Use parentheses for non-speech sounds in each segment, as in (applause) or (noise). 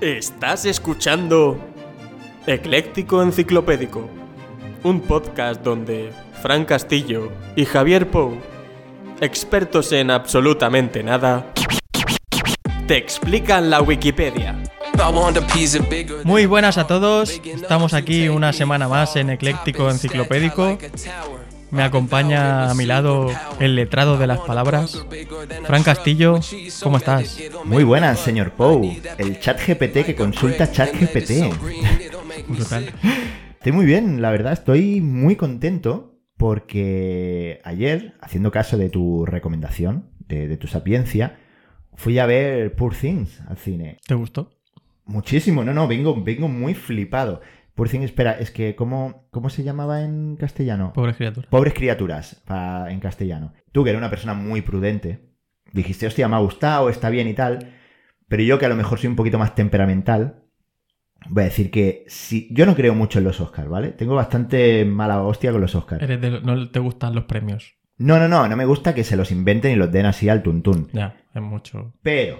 Estás escuchando Ecléctico Enciclopédico, un podcast donde Fran Castillo y Javier Pou, expertos en absolutamente nada, te explican la Wikipedia. Muy buenas a todos, estamos aquí una semana más en Ecléctico Enciclopédico. Me acompaña a mi lado el letrado de las palabras, Fran Castillo. ¿Cómo estás? Muy buenas, señor Pou. El chat GPT que consulta chat (laughs) GPT. Brutal. Estoy muy bien, la verdad, estoy muy contento porque ayer, haciendo caso de tu recomendación, de, de tu sapiencia, fui a ver Poor Things al cine. ¿Te gustó? Muchísimo, no, no, vengo, vengo muy flipado. Poor Things, espera, es que ¿cómo, cómo se llamaba en castellano? Pobre criatura. Pobres criaturas, pa- en castellano. Tú, que eres una persona muy prudente, dijiste, hostia, me ha gustado, está bien y tal. Pero yo, que a lo mejor soy un poquito más temperamental, voy a decir que si yo no creo mucho en los Oscars, ¿vale? Tengo bastante mala hostia con los Er- Oscars. Eres de- no te gustan los premios. No, no, no, no me gusta que se los inventen y los den así al tuntún. Ya, es mucho. Pero,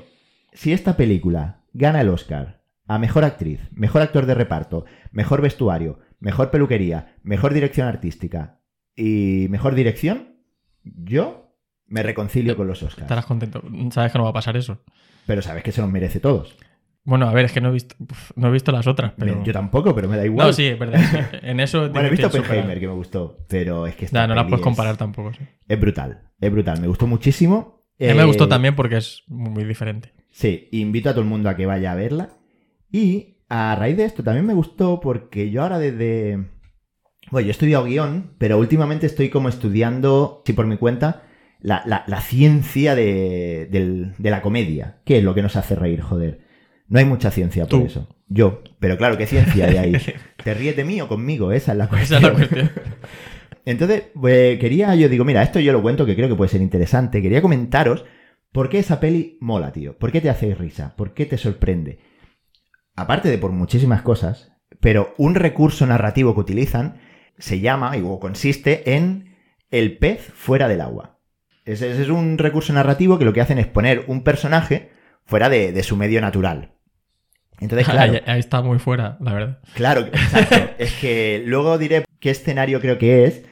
si esta película gana el Oscar a mejor actriz, mejor actor de reparto, mejor vestuario, mejor peluquería, mejor dirección artística y mejor dirección, yo me reconcilio con los Estarás Oscars. contento. Sabes que no va a pasar eso. Pero sabes que se los merece todos. Bueno, a ver, es que no he visto, uf, no he visto las otras, pero. Yo tampoco, pero me da igual. No, sí, es verdad. sí. En eso. Bueno, he visto difícil superar. Oppenheimer, que me gustó, pero es que esta Ya, no las peli puedes es- comparar tampoco. sí. Es brutal, es brutal. Me gustó muchísimo. A mí me Eh, gustó también porque es (laughs) muy diferente. Sí, invito a todo el mundo a que vaya a verla. Y a raíz de esto también me gustó porque yo ahora desde... Bueno, yo he estudiado guión, pero últimamente estoy como estudiando, si por mi cuenta, la, la- la ciencia de, del- de la comedia. ¿Qué es lo que nos hace reír, joder? No hay mucha ciencia por Tú. eso. Yo, pero claro, ¿qué ciencia (laughs) hay ahí? ¿Te ríes de mí o conmigo? Esa es la (laughs) Esa es la cuestión. (laughs) entonces, pues, quería, yo digo, mira, esto yo lo cuento que creo que puede ser interesante. Quería comentaros por qué esa peli mola, tío. ¿Por qué te hace risa? ¿Por qué te sorprende? Aparte de por muchísimas cosas, pero un recurso narrativo que utilizan se llama, y- o consiste en el pez fuera del agua. Ese ese es un recurso narrativo que lo que hacen es poner un personaje fuera de, de su medio natural. (laughs) Entonces, claro. Ahí, ahí está muy fuera, la verdad. Claro, (laughs) exacto. es que luego diré qué escenario creo que es,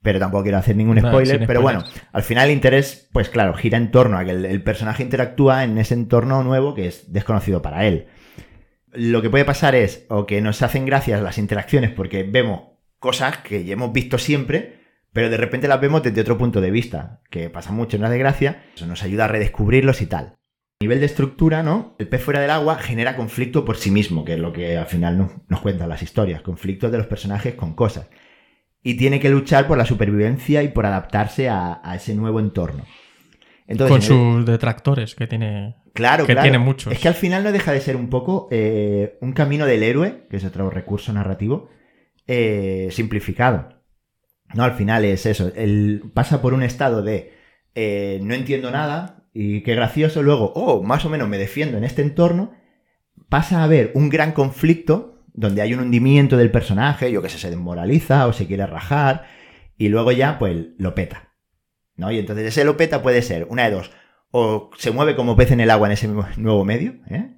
pero tampoco quiero hacer ningún No, spoiler. sin pero bueno, spoilers. al final el interés, pues claro, gira en torno a que el, el personaje interactúa en ese entorno nuevo que es desconocido para él. Lo que puede pasar es o que nos hacen gracias las interacciones porque vemos cosas que ya hemos visto siempre, pero de repente las vemos desde otro punto de vista, que pasa mucho en la desgracia, eso nos ayuda a redescubrirlos y tal. A nivel de estructura, ¿no? El pez fuera del agua genera conflicto por sí mismo, que es lo que al final nos, nos cuentan las historias, conflictos de los personajes con cosas. Y tiene que luchar por la supervivencia y por adaptarse a, a ese nuevo entorno. Entonces, eh, Con en el- sus detractores (laughs) que tiene. Claro, que claro. tiene muchos. Es que al final no deja de ser un poco eh, un camino del héroe, que es otro recurso narrativo, eh, simplificado. No, al final es eso. Él pasa por un estado de eh, no entiendo nada y qué gracioso. Luego, oh, más o menos me defiendo en este entorno. Pasa a haber un gran conflicto donde hay un hundimiento del personaje, yo que sé, se desmoraliza o se quiere rajar y luego ya, pues, lo peta. ¿No? Y entonces ese lo peta puede ser una de dos. O se mueve como pez en el agua en ese mismo- nuevo medio, ¿eh?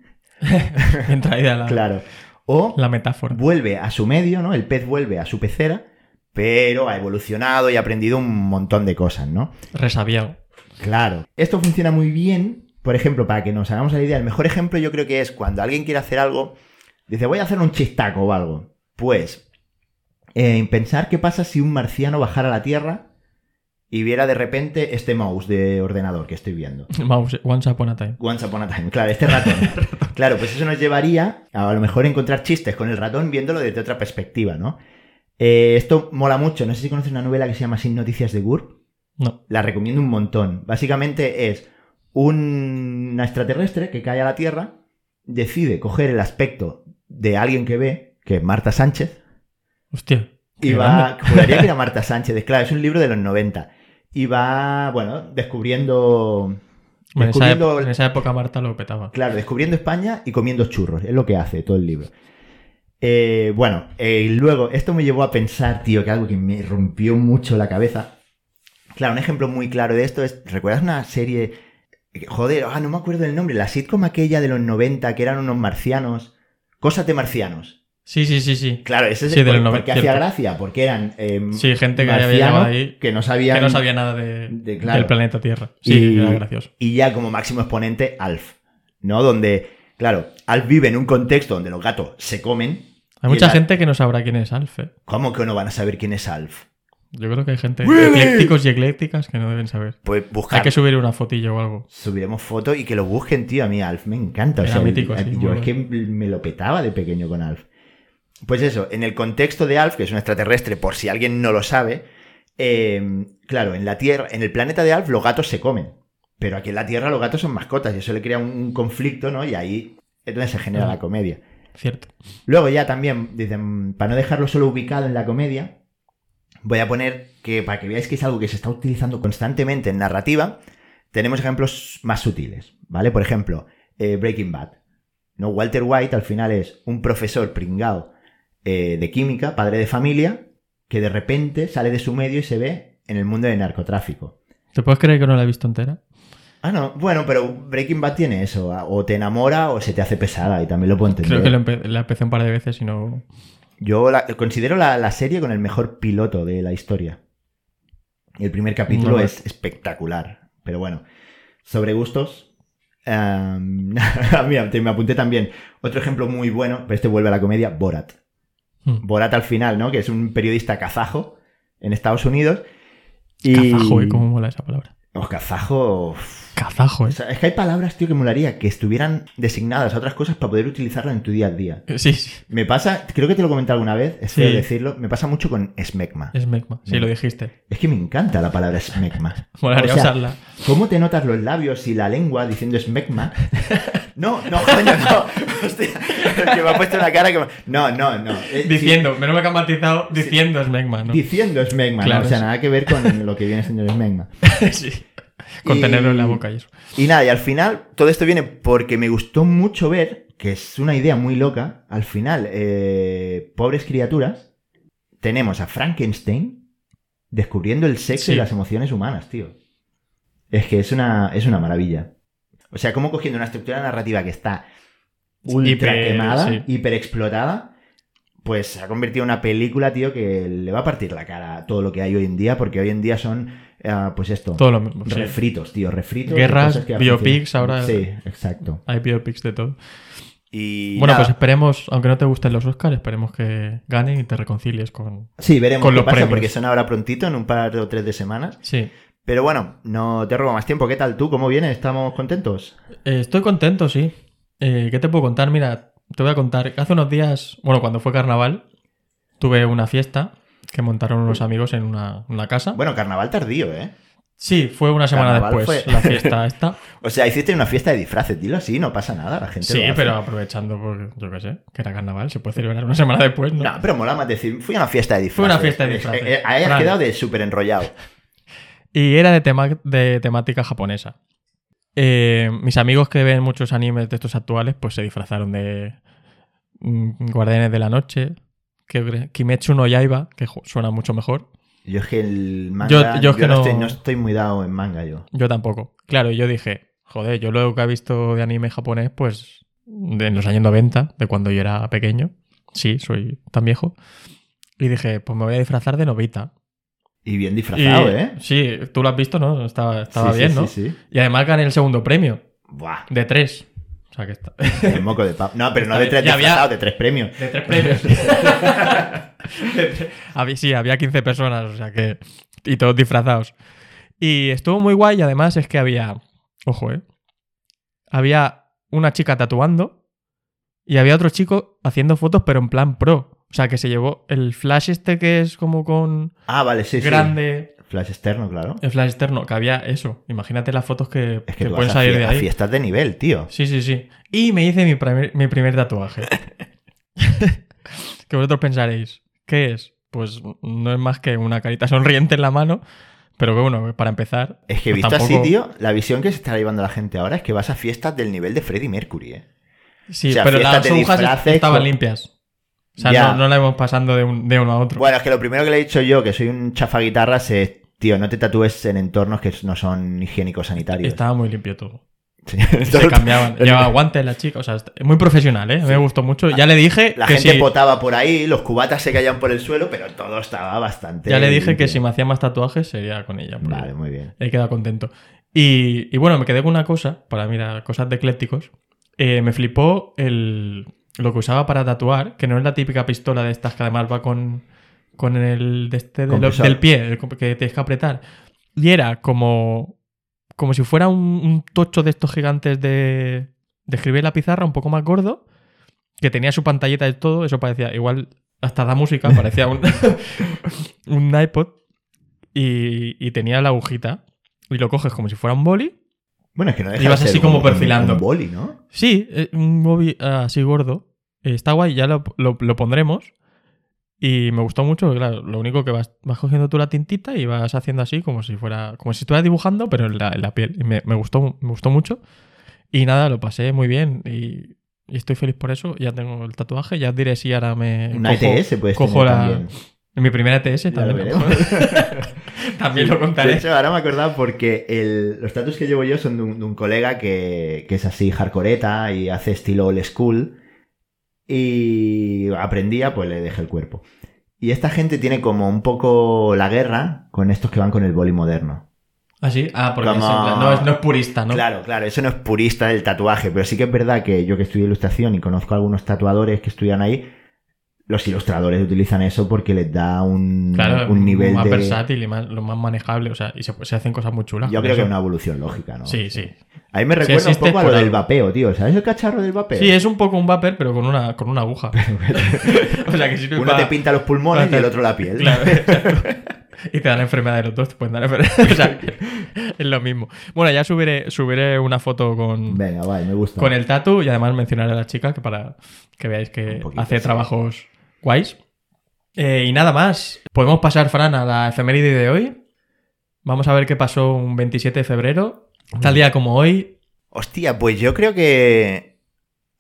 Entra ahí de la, Claro. O Ah. la metáfora. vuelve a su medio, ¿no? El pez vuelve a su pecera, pero ha evolucionado y ha aprendido un montón de cosas, ¿no? Resabiado. Claro. Esto funciona muy bien, por ejemplo, para que nos hagamos la idea. El mejor ejemplo yo creo que es cuando alguien quiere hacer algo, dice, voy a hacer un chistaco o algo. Pues, eh, pensar qué pasa si un marciano bajara a la Tierra y viera de repente este mouse de ordenador que estoy viendo. Mouse, Once Upon a Time. Once Upon a Time, claro, este ratón. claro, pues eso nos llevaría a, a lo mejor encontrar chistes con el ratón viéndolo desde otra perspectiva, ¿no? Eh, esto mola mucho. No sé si conoces una novela que se llama Sin Noticias de GURP No. la recomiendo un montón. Básicamente es un extraterrestre que cae a la Tierra, decide coger el aspecto de alguien que ve, que es Marta Sánchez, Hostia. y Qué va, (laughs) juraría que era Marta Sánchez, es claro, es un libro de los 90, y va, bueno, descubriendo, En esa, descubriendo- ep- en esa época Marta lo petaba. claro, descubriendo España y comiendo churros, es lo que hace todo el libro. Eh, bueno, eh, y luego, esto me llevó a pensar, tío, que algo que me rompió mucho la cabeza. Claro, un ejemplo muy claro de esto es, ¿recuerdas una serie Joder, ah, no me acuerdo del nombre. La sitcom aquella de los 90 que eran unos marcianos. Cosas de marcianos. Sí, sí, sí, sí. Claro, ese es Sí, el de los porque 90, hacía cierto. gracia, porque eran eh, Sí, gente que había marcianos llegado ahí, que no sabían Que no sabía nada de- de- claro. del planeta Tierra. Sí, Y- era gracioso. Y ya como máximo exponente, Alf, ¿no? Donde, claro, Alf vive en un contexto donde los gatos se comen. y Hay mucha la- gente que no sabrá quién es Alf. ¿eh? ¿Cómo que no van a saber quién es Alf? Yo creo que hay gente Really? eclécticos y eclécticas que no deben saber. Pues Hay buscar. que subir una fotillo o algo. Subiremos fotos y que lo busquen, tío. A mí Alf me encanta. O Era sea, el- mítico, sí, yo muy es que me lo petaba de pequeño con Alf. Pues eso, en el contexto de Alf, que es un extraterrestre, por si alguien no lo sabe, eh, claro, en la Tierra, en el planeta de Alf los gatos se comen. Pero aquí en la Tierra los gatos son mascotas y eso le crea un, un conflicto, ¿no? Y ahí es donde se genera Ah. la comedia. Cierto. Luego ya también, dicen, para no dejarlo solo ubicado en la comedia, voy a poner que para que veáis que es algo que se está utilizando constantemente en narrativa, tenemos ejemplos más sutiles, ¿vale? Por ejemplo, eh, Breaking Bad. ¿no? Walter White al final es un profesor pringado eh, de química, padre de familia, que de repente sale de su medio y se ve en el mundo del narcotráfico. ¿Te puedes creer que no la he visto entera? Ah, no, bueno, pero Breaking Bad tiene eso, a- o te enamora o se te hace pesada, y también lo puedo entender. Creo que lo empe- la empecé un par de veces y no. Yo la- considero la, la serie con el mejor piloto de la historia. El primer capítulo Vale. es espectacular. Pero bueno, sobre gustos. em, (laughs) mira, te- me apunté también. Otro ejemplo muy bueno, pero este vuelve a la comedia, Borat. Mm. Borat al final, ¿no? Que es un periodista kazajo en Estados Unidos. Y... Cazajo, ¿eh? ¿Cómo mola esa palabra? Oh, kazajo. uf. Cazajo, O ¿eh? sea, es que hay palabras, tío, que molaría que estuvieran designadas a otras cosas para poder utilizarlas en tu día a día. Sí, sí. Me pasa, creo que te lo comenté alguna vez, es feo Sí. decirlo, me pasa mucho con smegma. Es Mecma. Sí, Mm. lo dijiste. Es que me encanta la palabra smegma. (laughs) Molaría O sea, usarla. ¿Cómo te notas los labios y la lengua diciendo (laughs) smegma? No, no, coño, no. (laughs) Hostia, que me ha puesto una cara que me... No, no, no. Eh, sí, Diciendo, menos me que han matizado diciendo es Mecma, ¿no? Diciendo smegma, ¿no? Claro, o sea, sí. nada que ver con lo que viene siendo smegma. (laughs) sí. Con Y- tenerlo en la boca y eso. Y nada, y al final todo esto viene porque me gustó mucho ver, que es una idea muy loca, al final, eh, pobres criaturas, tenemos a Frankenstein descubriendo el sexo Sí. y las emociones humanas, tío. Es que es una, es una maravilla. O sea, como cogiendo una estructura narrativa que está ultra Hiper- quemada, sí. hiper explotada, pues se ha convertido en una película, tío, que le va a partir la cara a todo lo que hay hoy en día, porque hoy en día son, eh, pues esto, Todo lo mismo. sí. refritos, tío, refritos. de Guerras, cosas que han biopics funcionado. ahora- Sí, exacto. Hay biopics de todo. Y bueno, nada, pues esperemos, aunque no te gusten los Oscars, esperemos que ganen y te reconcilies con. sí, veremos con qué los pasa, premios. porque son ahora prontito, en un par o tres de semanas. Sí. Pero bueno, no te robo más tiempo. ¿Qué tal tú? ¿Cómo vienes? ¿Estamos contentos? Eh, estoy contento, sí. Eh, ¿Qué te puedo contar? Mira, te voy a contar. Hace unos días, bueno, cuando fue carnaval, tuve una fiesta que montaron unos amigos en una, una casa. Bueno, carnaval tardío, ¿eh? sí, fue una semana carnaval después fue- la (laughs) fiesta esta. O sea, hiciste una fiesta de disfraces, dilo así, no pasa nada, la gente sí, lo hace. pero aprovechando, porque yo qué sé, que era carnaval, se puede celebrar una semana después, ¿no? No, pero mola más decir, fui a una fiesta de disfraces. Fue una fiesta de disfraces. Eh, eh, Ahí has Claro. quedado de súper enrollado. Y era de, tema- de temática japonesa. Eh, mis amigos que ven muchos animes de estos actuales, pues se disfrazaron de mm, Guardianes de la Noche, que- Kimetsu no Yaiba, que jo- suena mucho mejor. Yo es que el manga. Yo- yo es que no, no- Estoy, no estoy muy dado en manga yo. Yo tampoco. Claro, y yo dije, joder, yo lo que he visto de anime japonés, pues de- en los años 90, de cuando yo era pequeño. Sí, soy tan viejo. Y dije, pues me voy a disfrazar de Novita. Y bien disfrazado, Y- ¿eh? Sí, tú lo has visto, ¿no? Estaba, estaba Sí, bien, sí, ¿no? Sí, sí. Y además gané el segundo premio, Buah, de tres. O sea que está. (laughs) el moco de pavo. No, pero no Está de bien. tres Ya había- disfrazados, de tres premios. (laughs) De tres premios. había, sí, había 15 personas, o sea que. Y todos disfrazados. Y estuvo muy guay, y además es que había. Ojo, eh. Había una chica tatuando y había otro chico haciendo fotos, pero en plan pro. O sea que se llevó el flash este que es como con Ah, vale, sí, sí. grande. Flash externo, claro. El flash externo, que había eso. Imagínate las fotos que, Es que, que tú pueden vas a salir fie- de a ahí. fiestas de nivel, tío. Sí, sí, sí. Y me hice mi primer, mi primer (laughs) tatuaje. que vosotros pensaréis, ¿qué es? Pues no es más que una carita sonriente en la mano, pero que bueno, para empezar. Es que pues visto tampoco- así, tío, la visión que se está llevando la gente ahora es que vas a fiestas del nivel de Freddie Mercury, ¿eh? Sí, o sea, pero fiestas las de agujas disfraces estaban con- limpias. O sea, Ya. no, no la íbamos pasando de, un- de uno a otro. Bueno, es que lo primero que le he dicho yo, que soy un chafa guitarras, es tío, no te tatúes en entornos que no son higiénicos sanitarios. (laughs) Estaba muy limpio todo. Sí, se cambiaban. Llevaba guantes la chica, o sea, muy profesional, ¿eh? Sí. Me gustó mucho. Ya le dije. La que gente si... potaba por ahí, los cubatas se caían por el suelo, pero todo estaba bastante. Ya le dije limpio. que si me hacía más tatuajes sería con ella. Vale, muy bien. He quedado contento. Y, y, bueno, me quedé con una cosa, para mirar cosas de eclécticos. Eh, me flipó el, lo que usaba para tatuar, que no es la típica pistola de estas que además va con, con el de este, del, del pie, el, que tienes que apretar. Y era como como si fuera un, un, tocho de estos gigantes de, de escribir en la pizarra, un poco más gordo, que tenía su pantalleta de todo, eso parecía, igual hasta da música, parecía un, (laughs) un iPod, y, y, tenía la agujita, y lo coges como si fuera un boli. Bueno, es que no deja y vas de ser así como, como perfilando. Un, boli, ¿no? Sí, eh, un boli así gordo. Está guay, ya lo, lo, lo pondremos. Y me gustó mucho, claro, lo único que vas, vas cogiendo tú la tintita y vas haciendo así como si fuera, como si estuvieras dibujando, pero en la, en la piel. Y me, me, gustó, me gustó mucho. Y nada, lo pasé muy bien y, y, estoy feliz por eso. Ya tengo el tatuaje, ya os diré si ahora me. Una cojo, ETS, puedes Eh, cojo tener la, (laughs) también. Mi primera ETS también. Lo, lo (laughs) también lo contaré. De hecho, ahora me acordaba porque el, los tatuajes que llevo yo son de un, de un colega que, que, es así hardcoreta y hace estilo old school y aprendía, pues le dejé el cuerpo. Y esta gente tiene como un poco la guerra con estos que van con el boli moderno. ¿Ah, sí? Ah, porque como... es plan, no, es, no, es, purista, ¿no? Claro, claro, eso no es purista del tatuaje, pero sí que es verdad que yo que estudio ilustración y conozco a algunos tatuadores que estudian ahí, los ilustradores utilizan eso porque les da un, claro, un nivel más de... versátil y más, lo más manejable, o sea, y se, se hacen cosas muy chulas. Yo creo eso. que es una evolución lógica, ¿no? Sí, sí. A mí me recuerda si un poco a lo del vapeo, tío. ¿Sabes el cacharro del vapeo? Sí, es un poco un vapeo, pero con una, con una aguja. (laughs) o sea, que sirve Uno para... te pinta los pulmones para... y el otro la piel. Claro, (laughs) y te dan enfermedad de los dos, te pueden dar enfermedad. (laughs) o sea, que es lo mismo. Bueno, ya subiré, subiré una foto (laughs) con. Venga, vale, me gusta. Con el tatu y además mencionaré a la chica que para que veáis que hace así. trabajos guays. Eh, y nada más. Podemos pasar, Fran, a la efeméride de hoy. Vamos a ver qué pasó un 27 de febrero. Tal día como hoy. Hostia, pues yo creo que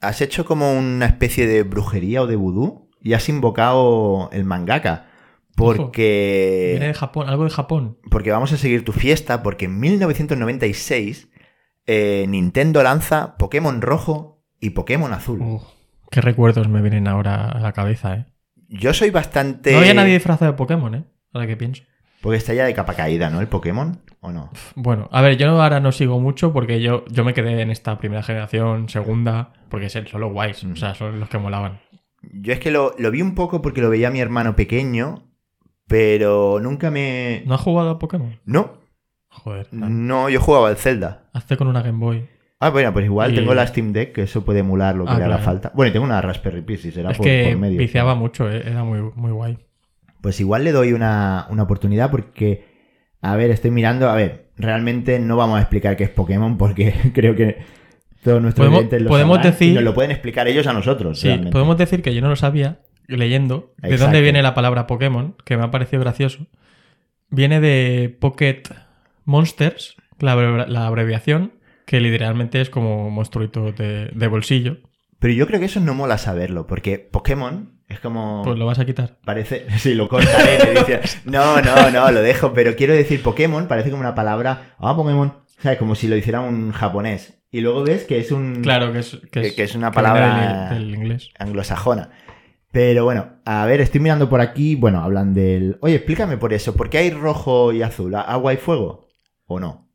has hecho como una especie de brujería o de vudú y has invocado el mangaka. Porque. Viene de Japón, algo de Japón. Porque vamos a seguir tu fiesta, porque en 1996 eh, Nintendo lanza Pokémon Rojo y Pokémon Azul. Oh. Uf, qué recuerdos me vienen ahora a la cabeza, eh. Yo soy bastante. No había nadie disfrazado de Pokémon, eh. Ahora que pienso. Porque está ya de capa caída, ¿no? El Pokémon, ¿o no? Bueno, a ver, yo ahora no sigo mucho porque yo, yo me quedé en esta primera generación, segunda, porque son los guays, mm. o sea, son los que molaban. Yo es que lo, lo vi un poco porque lo veía mi hermano pequeño pero nunca me. ¿No has jugado a Pokémon? No. Joder. Claro. No, yo jugaba al Zelda. Hazte con una Game Boy. Ah, bueno, pues igual y... tengo la Steam Deck, que eso puede emular lo que ah, le haga claro. falta. Bueno, y tengo una Raspberry Pi, si será es por, que por medio. Viciaba mucho, eh. era muy, muy guay. Pues igual le doy una, una, oportunidad porque, a ver, estoy mirando, a ver, realmente no vamos a explicar qué es Pokémon porque (laughs) creo que todos nuestros podemos, clientes lo podemos decir, y nos lo pueden explicar ellos a nosotros. Sí, realmente. podemos decir que yo no lo sabía, leyendo Exacto. de dónde viene la palabra Pokémon, que me ha parecido gracioso. Viene de Pocket Monsters, la, abrevi la abreviación, que literalmente es como monstruito de, de, bolsillo. Pero yo creo que eso no mola saberlo, porque Pokémon es como. Pues lo vas a quitar. Parece. (laughs) Sí, lo cortaré. te (laughs) dice, no, no, no, lo dejo, pero quiero decir Pokémon, parece como una palabra. Ah, oh, Pokémon. O sea, como si lo hiciera un japonés. Y luego ves que es un. Claro, que es, Mm. que es, que, que es una palabra. Del, del inglés. Anglosajona. Pero bueno, a ver, estoy mirando por aquí. Bueno, hablan del. Oye, explícame por eso. ¿Por qué hay rojo y azul? ¿Agua y fuego? ¿O no?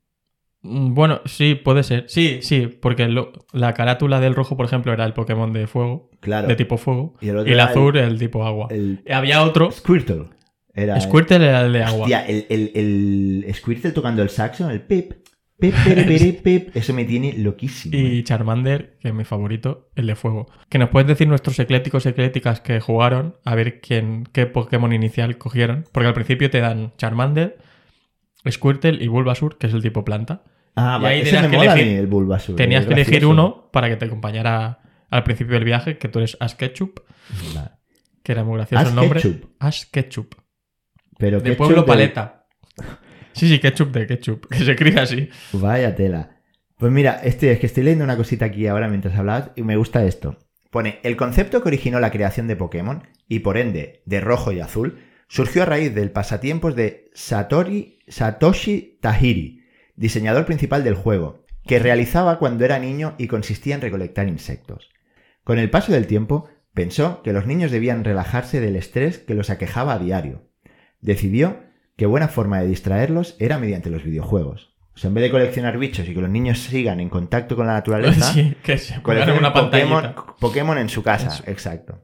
Mm, Bueno, sí, puede ser. Sí, sí, porque lo... la carátula del rojo, por ejemplo, era el Pokémon de fuego. Claro. De tipo fuego. Y el, y el azul, el... el, tipo agua. El... Había otro. Squirtle. Era Squirtle el... era el de agua. Hostia, el, Squirtle tocando el saxo, el pip. Pep, pere, pere, pep. Eso me tiene loquísimo. Y eh. Charmander, que es mi favorito, el de fuego. Que nos puedes decir nuestros ecléticos ecléticas que jugaron, a ver quién, qué Pokémon inicial cogieron. Porque al principio te dan Charmander, Squirtle y Bulbasur, que es el tipo planta. Ah, y vale, ese me mola elegir, a mí, el eh, Bulbasur. Tenías que elegir uno para que te acompañara al principio del viaje, que tú eres Ash Ketchup. Vale. Que era muy gracioso Ash el nombre. Ketchup. Ash Ketchup. Pero de ketchup pueblo de... paleta. Sí, sí, ketchup de ketchup, que se cría así. Vaya tela. Pues mira, estoy, es que estoy leyendo una cosita aquí ahora mientras hablabas y me gusta esto. Pone, el concepto que originó la creación de Pokémon, y por ende de rojo y azul, surgió a raíz del pasatiempos de Satori, Satoshi Tahiri, diseñador principal del juego, que realizaba cuando era niño y consistía en recolectar insectos. Con el paso del tiempo, pensó que los niños debían relajarse del estrés que los aquejaba a diario. Decidió que buena forma de distraerlos era mediante los videojuegos. O sea, en vez de coleccionar bichos y que los niños sigan en contacto con la naturaleza, (laughs) Sí, que se pongan coleccionen una Pokémon, pantallita. Pokémon en su casa, exacto.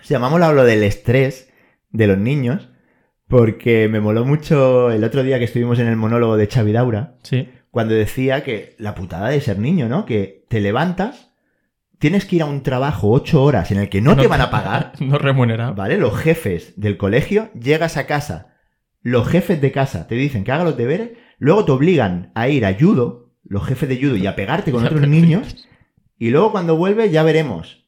O sea, Mamola habló del estrés de los niños porque me moló mucho el otro día que estuvimos en el monólogo de Xavi Daura Sí. cuando decía que la putada de ser niño, ¿no? Que te levantas, tienes que ir a un trabajo ocho horas en el que no, te (laughs) van a pagar, No remunerado. ¿vale? Los jefes del colegio, llegas a casa, los jefes de casa te dicen que haga los deberes, luego te obligan a ir a judo, los jefes de judo, y a pegarte con Ya otros perdí. (laughs) niños, y luego cuando vuelves ya veremos.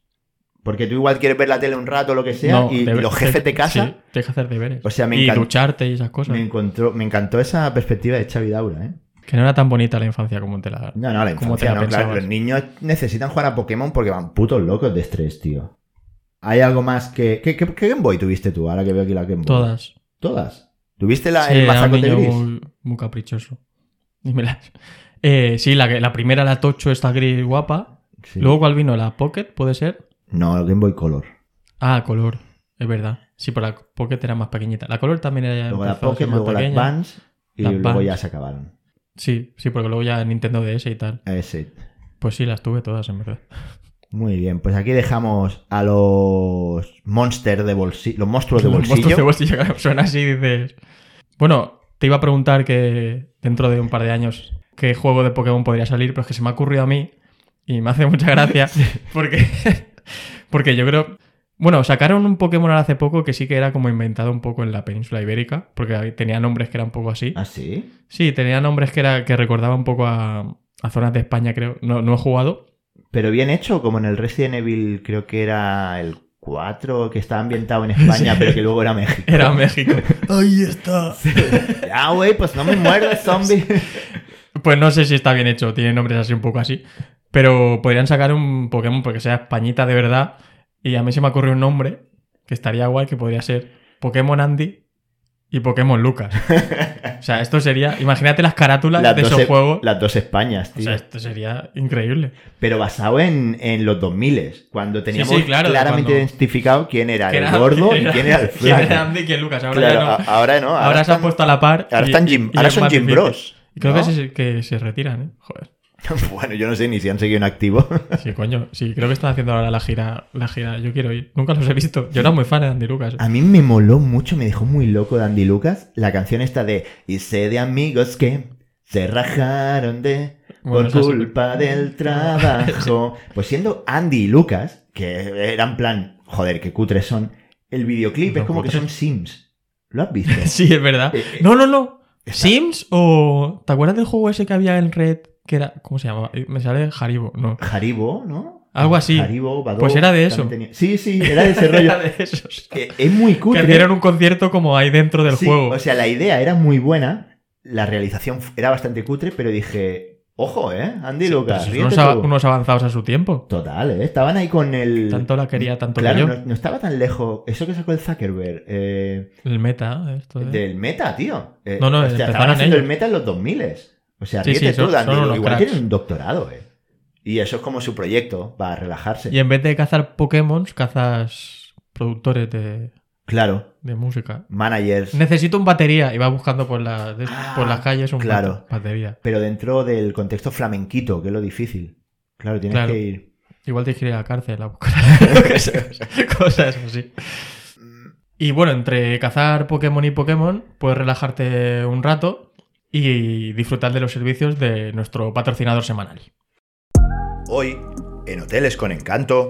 Porque tú igual quieres ver la tele un rato o lo que sea, No, y, y debe- los jefes de casa... Sí, te deja hacer deberes. O sea, me y encanta- ducharte y esas cosas. Me, encontró, me encantó esa perspectiva de Xavi Daura, ¿eh? Que no era tan bonita la infancia como te la. No, no, la como te infancia la no, claro. pensabas. Los niños necesitan jugar a Pokémon porque van putos locos de estrés, tío. Hay algo más que... ¿Qué, qué- qué Game Boy tuviste tú ahora que veo aquí la Game Boy? Todas. ¿Todas? ¿Tuviste la, Sí, el era un mazacote niño gris? muy, muy caprichoso. Dímela. Eh, sí, la, que- la primera, la Tocho, esta gris guapa. Sí. Luego, ¿cuál vino? ¿La Pocket? ¿Puede ser? No, el Game Boy Color. Ah, color. Es verdad. Sí, pero la Pocket era más pequeñita. La color también era. Luego la empezó a Pocket, ser más luego la pequeña. Advance y La luego Advance. ya se acabaron. Sí, sí, porque luego ya Nintendo DS y tal. Ese. Pues sí, las tuve todas, en verdad. Muy bien, pues aquí dejamos a los monsters de bolsillo, los monstruos de (laughs) Los monstruos de bolsillo. bolsillo, claro, suena así y dices. Bueno, te iba a preguntar que dentro de un par de años qué juego de Pokémon podría salir, pero es que se me ha ocurrido a mí y me hace (laughs) mucha gracia porque, porque yo creo. Bueno, sacaron un Pokémon ahora hace poco que sí que era como inventado un poco en la península ibérica, porque ahí tenía nombres que eran un poco así. ¿Ah, sí? Sí, tenía nombres que, era, que recordaba un poco a, a zonas de España, creo. No, no he jugado. Pero bien hecho, como en el Resident Evil, creo que era el 4, que estaba ambientado (laughs) en España, Sí. pero que luego era México. (laughs) Era México. Ahí está. Ah, güey, pues no me (laughs) muerdes, zombie. Pues no sé si está bien hecho, tiene nombres así un poco así. Pero podrían sacar un Pokémon porque sea españita de verdad. Y a mí se me ocurrió un nombre que estaría guay, que podría ser Pokémon Andy y Pokémon Lucas. o sea, esto sería. Imagínate las carátulas de dos, esos e- juegos. las dos Españas, O tío. sea, esto sería increíble. Pero basado en, en los 2000, cuando teníamos sí, claro, claramente cuando- identificado quién era el Que era- gordo que y quién era el flaco. (laughs) quién era Andy y quién Lucas. Ahora Claro, ya no. a- ahora no. ahora, Ahora, se han están- puesto a la par. ahora y- están Jim, y ahora es son más Jim difícil. Bros. Y Creo ¿no? que, se, que se retiran, ¿eh? Joder. (laughs) Bueno, yo no sé ni si han seguido en activo. (laughs) Sí, coño, sí, creo que están haciendo ahora la gira, la gira. Yo quiero ir. Nunca los he visto. Yo era muy fan de Andy Lucas. A mí me moló mucho, me dejó muy loco de Andy Lucas la canción esta de Y sé de amigos que se rajaron de Bueno, esa por sí. culpa del (laughs) trabajo. Pues siendo Andy y Lucas, que eran plan, joder, qué cutres son, el videoclip Los es como que cutres. son Sims. ¿Lo has visto? (laughs) (laughs) Sí, es verdad. Eh, eh, No, no, no. está- ¿Sims o. ¿Te acuerdas del juego ese que había en red? Que era. ¿Cómo se llamaba? Eh, Me sale Haribo, (laughs) no. Haribo, ¿no? Algo así. Haribo, Badoo, Pues era también de eso. tenía- Sí, sí, era de ese rollo. (laughs) Era de esos. Que es muy Que cutre. hicieron un concierto como ahí dentro del Sí, pues juego. O sea, la idea era muy buena, la realización f- era bastante cutre, pero dije, ojo, ¿eh? Andy Lucas, Pues ríete unos, a- tú". unos avanzados a su tiempo. Total, ¿eh? Estaban ahí con el... Tanto la quería, tanto que Claro, yo. no, no estaba tan lejos. Eso que sacó el Zuckerberg eh, El meta, esto. eh. del meta, tío. Eh, No, o no, sea, estaban empezaron haciendo el ellos. meta en los 2000. O sea, Sí, ríete sí, tú, son- Andy son Lucas. unos Igual cracks. tienen un doctorado, ¿eh? Y eso es como su proyecto, para relajarse. Y en vez de cazar Pokémon, cazas productores de, Claro, de música. managers. Necesito un batería. Y va buscando por, la- de- Ah, por las calles un claro. bate- batería. Pero dentro del contexto flamenquito, que es lo difícil. Claro, tienes Claro. que ir... Igual te que ir a la cárcel (laughs) a buscar (laughs) cosas así. Y bueno, entre cazar Pokémon y Pokémon, puedes relajarte un rato y disfrutar de los servicios de nuestro patrocinador semanal. Hoy, en Hoteles con Encanto.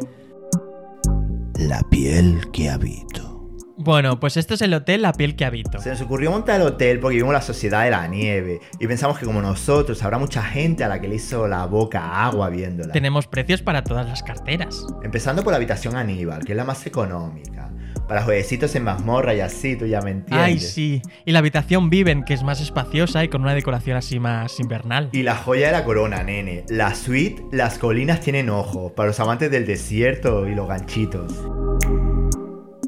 La piel que habito. Bueno, pues este es el hotel La Piel que Habito. Se nos ocurrió montar el hotel porque vimos la sociedad de la nieve y pensamos que como nosotros habrá mucha gente a la que le hizo la boca agua viéndola. Tenemos precios para todas las carteras. Empezando por la habitación Aníbal, que es la más económica. Para jueguecitos en mazmorra y así, tú ya me entiendes. Ay, sí. Y la habitación Viven, que es más espaciosa y con una decoración así más invernal. Y la joya de la corona, nene. La suite, las colinas tienen ojos, para los amantes del desierto y los ganchitos.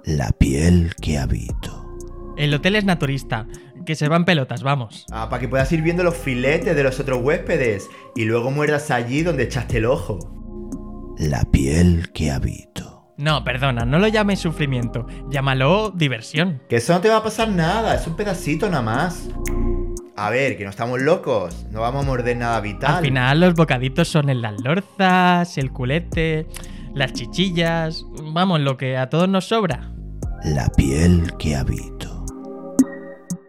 La piel que habito. El hotel es naturista, que se van pelotas, vamos. Ah, para que puedas ir viendo los filetes de los otros huéspedes y luego muerdas allí donde echaste el ojo. La piel que habito. No, perdona, no lo llames sufrimiento, llámalo diversión. Que eso no te va a pasar nada, es un pedacito nada más. A ver, que no estamos locos, no vamos a morder nada vital. Al final los bocaditos son en las lorzas, el culete, las chichillas, vamos, lo que a todos nos sobra. La piel que habito.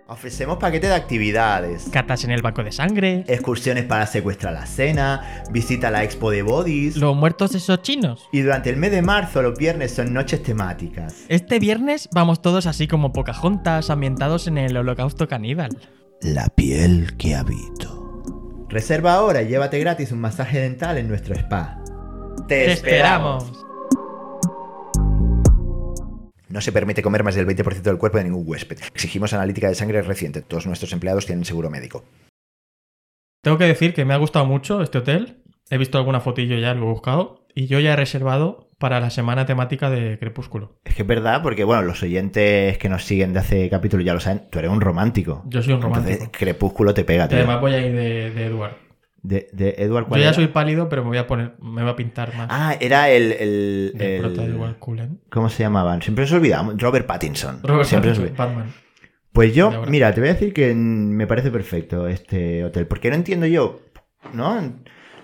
Ofrecemos paquetes de actividades. Catas en el banco de sangre. Excursiones para secuestrar la cena. Visita la expo de bodies. Los muertos esos chinos. Y durante el mes de marzo, los viernes son noches temáticas. Este viernes vamos todos así como pocajontas, ambientados en el holocausto caníbal. La piel que habito. Reserva ahora y llévate gratis un masaje dental en nuestro spa. ¡Te, Te esperamos. esperamos. No se permite comer más del 20% del cuerpo de ningún huésped. Exigimos analítica de sangre reciente. Todos nuestros empleados tienen seguro médico. Tengo que decir que me ha gustado mucho este hotel. He visto alguna fotillo ya, lo he buscado. Y yo ya he reservado para la semana temática de Crepúsculo. Es que es verdad, porque bueno, los oyentes que nos siguen de hace capítulo ya lo saben. Tú eres un romántico. Yo soy un romántico. Entonces, Crepúsculo te pega, tío. Además voy a ir de, de Edward. De, de Edward Yo ya era? soy pálido, pero me voy a poner, me voy a pintar más. Ah, eh, era el. el, de el... prota de Edward Cullen. ¿Cómo se llamaban? Siempre se olvidamos. Robert Pattinson. Robert Siempre Pattinson, Batman. Pues yo, mira, te voy a decir que me parece perfecto este hotel. Porque no entiendo yo, ¿no?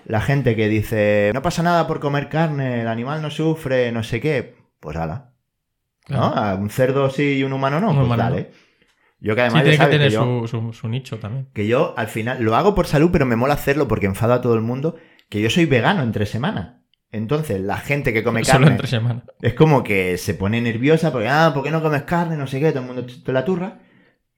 La gente que dice, no pasa nada por comer carne, el animal no sufre, no sé qué. Pues ala. ¿No? A un cerdo sí y un humano no. Un pues humano dale. No. Yo que además sí, tiene ya sabes que tener que yo, su, su, su, nicho también. Que yo al final lo hago por salud, pero me mola hacerlo porque enfado a todo el mundo. Que yo soy vegano entre semana. Entonces, la gente que come (laughs) Solo carne. entre semana. Es como que se pone nerviosa porque, ah, ¿por qué no comes carne? No sé qué, todo el mundo te la turra.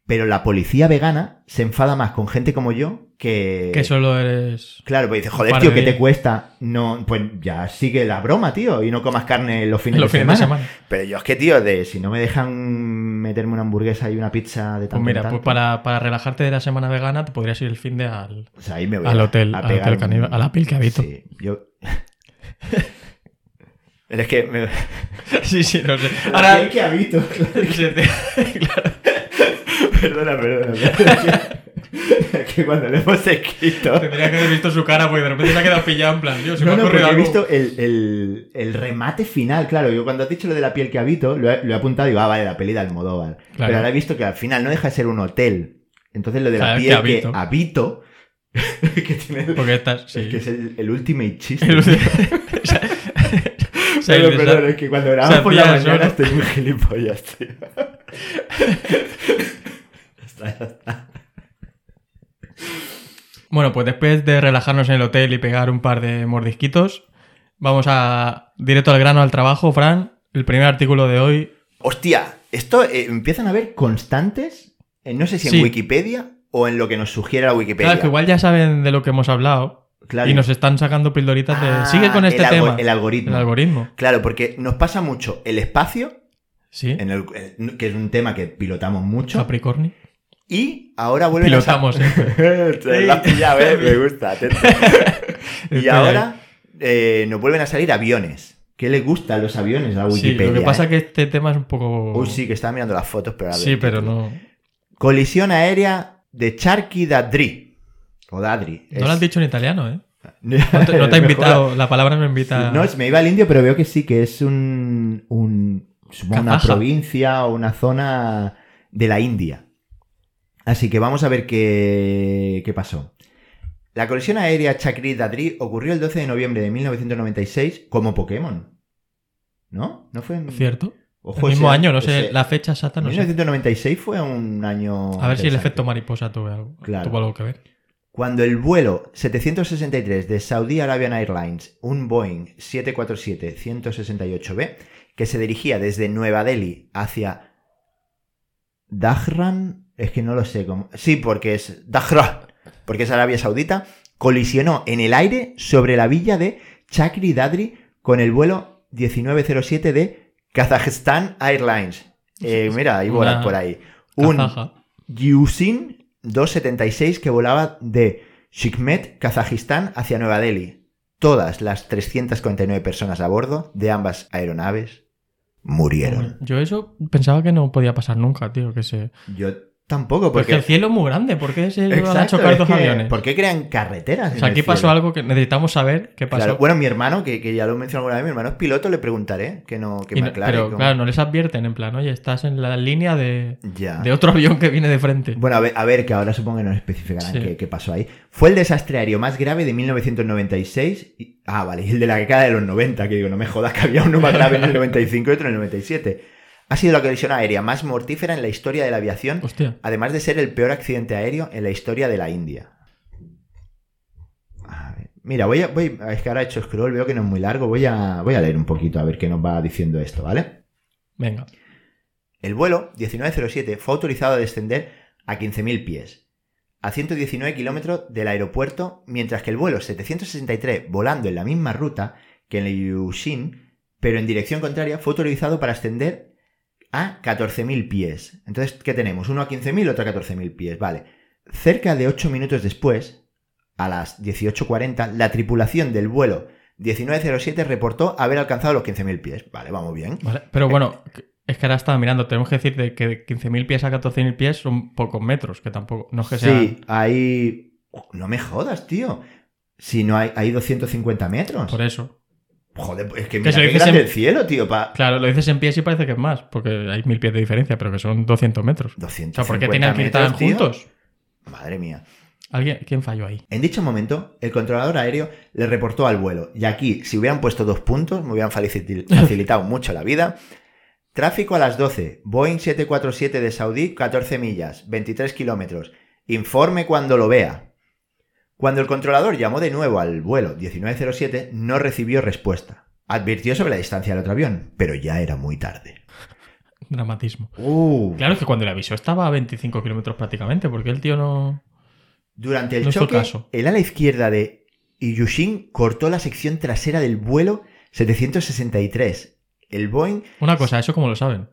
Pero la policía vegana se enfada más con gente como yo que. Que solo eres. Claro, pues dice, joder, tío, ¿qué te cuesta? No, pues ya sigue la broma, tío, y no comas carne los fines, los de, fines semana. de, semana. Pero yo es que, tío, de si no me dejan meterme una hamburguesa y una pizza de tanto Pues mira, en tanto, pues para, para relajarte de la semana vegana, te podrías ir el fin de al, (laughs) o sea, ahí me voy al hotel, a, al pegar hotel caníbal, un- a la piel que habito. Sí, yo. (laughs) Pero es que. me- sí, sí, no sé. La (laughs) Ahora, piel que habito. (laughs) se te- claro. Perdona, perdona. perdona. (laughs) Es que cuando lo hemos escrito. Tendría que haber visto su cara porque de repente se ha quedado pillado en plan, tío, se No, me ha no, porque ocurrido he algo. visto el, el- el remate final, claro. Yo cuando has dicho lo de la piel que habito, lo he, lo he apuntado y digo, ah, vale, la peli de Almodóvar. Pero ahora he visto que al final no deja de ser un hotel. Entonces lo de la Claro, piel que que habito. habito, (laughs) que tiene. Porque estás, sí. Es que es el, el ultimate chiste. (laughs) El- (laughs) o sea, o sea, Perdón, el- perdón, es que cuando grabamos por la hacía mañana solo. estoy muy gilipollas, tío. (laughs) Ya está, ya está. Bueno, pues después de relajarnos en el hotel y pegar un par de mordisquitos, vamos a directo al grano al trabajo, Fran. El primer artículo de hoy. Hostia, esto eh, empiezan a ver constantes, en- no sé si en Sí. Wikipedia o en lo que nos sugiere la Wikipedia. Claro, es que igual ya saben de lo que hemos hablado Claro. y nos están sacando pildoritas de. Ah, Sigue con el este algo- tema. El algoritmo. El algoritmo. Claro, porque nos pasa mucho el espacio, Sí. en el- en- que es un tema que pilotamos mucho, (laughs) Capricornio. y ahora vuelven a... Pilotamos, (laughs) siempre. Te la has pillado, ¿eh? Me gusta. (laughs) atento. y Estoy ahí. ahora eh, nos vuelven a salir aviones. ¿Qué le gustan los aviones a Sí, Wikipedia? lo que pasa eh? es que este tema es un poco. Uy, sí, que estaba mirando las fotos, pero ahora Sí, veo. pero no. Colisión aérea de Charqui Dadri. O Dadri. No lo (laughs) has dicho en italiano, ¿eh? No No te, no te ha invitado, la palabra no invita. No, es- me iba al indio, pero veo que sí, que es un. un supongo una Kazaja. provincia o una zona de la India. Así que vamos a ver qué, qué pasó. La colisión aérea Chakri-Dadri ocurrió el 12 de noviembre de 1996 como Pokémon. ¿No? ¿No fue en. ¿Cierto? Ojo, El mismo ese- año, no sé, ese- la fecha exacta, no sé. 1996 fue un año. A ver si el interesante. efecto mariposa tuvo algo, Claro. tuvo algo que ver. Cuando el vuelo 763 de Saudi Arabian Airlines, un Boeing 747-168B, que se dirigía desde Nueva Delhi hacia Dajran, es que no lo sé cómo. Sí, porque es Dajran, porque es Arabia Saudita, colisionó en el aire sobre la villa de Chakri Dadri con el vuelo 1907 de Kazajstán Airlines. Eh, mira, hay volan Una por ahí. Un Kazaja. Yusin 276 que volaba de Shikmet, Kazajistán, hacia Nueva Delhi. Todas las 349 personas a bordo de ambas aeronaves murieron. Yo eso pensaba que no podía pasar nunca, tío, que se... Yo tampoco, Porque porque... el cielo es muy grande, ¿por qué se van a Exacto, chocar es dos que- aviones? ¿Por qué crean carreteras? O sea, en el aquí pasó cielo? algo que necesitamos saber qué pasó. Claro, bueno, mi hermano, que, que ya lo he mencionado alguna vez, mi hermano es piloto, le preguntaré que no que Y me no- aclare. pero cómo- claro, no les advierten, en plan, oye, estás en la línea de, ya. de otro avión que viene de frente. Ah. Bueno, a ver, a ver, que ahora supongo que nos especificarán Sí. qué, qué pasó ahí. Fue el desastre aéreo más grave de 1996. y- ah, vale, y el de la década de los 90, que digo, no me jodas que había uno más grave en el 95 y otro en el 97. Ha sido la colisión aérea más mortífera en la historia de la aviación, Hostia. además de ser el peor accidente aéreo en la historia de la India. A ver, Mira, voy a, voy, es que ahora he hecho scroll, veo que no es muy largo, voy a, voy a leer un poquito a ver qué nos va diciendo esto, ¿vale? Venga. El vuelo 1907 fue autorizado a descender a 15.000 pies, a 119 kilómetros del aeropuerto, mientras que el vuelo 763, volando en la misma ruta que en el Yushin, pero en dirección contraria, fue autorizado para ascender a 14.000 pies. Entonces, ¿qué tenemos? Uno a 15.000, otro a 14.000 pies, vale. Cerca de 8 minutos después, a las 18.40, la tripulación del vuelo 1907 reportó haber alcanzado los 15.000 pies. Vale, vamos bien. Vale, Pero bueno, que- es que ahora estaba mirando, tenemos que decir de que de 15.000 pies a 14.000 pies son pocos metros, que tampoco, no es que sea... Sí, hay. No me jodas, tío. Si no hay, hay 250 metros. Por eso. Joder, es que Que mira se lo qué dices grande en- el cielo, tío. Pa... Claro, lo dices en pies y parece que es más, porque hay 1.000 pies de diferencia, pero que son 200 metros. O 250 sea, ¿por qué tienen que ir metros, tan tío. juntos? Madre mía. ¿Alguien, ¿Quién falló ahí? En dicho momento, el controlador aéreo le reportó al vuelo. Y aquí, si hubieran puesto dos puntos, me hubieran facil- facilitado mucho la vida. Tráfico a las 12. Boeing 747 de Saudí, 14 millas, 23 kilómetros. Informe cuando lo vea. Cuando el controlador llamó de nuevo al vuelo 1907, no recibió respuesta. Advirtió sobre la distancia del otro avión, pero ya era muy tarde. Dramatismo. Uh, Claro, es que cuando le avisó estaba a 25 kilómetros prácticamente, porque el tío no... Durante el No es tu choque, caso. el ala izquierda de Iyushin cortó la sección trasera del vuelo 763. El Boeing Una cosa, ¿eso cómo lo saben?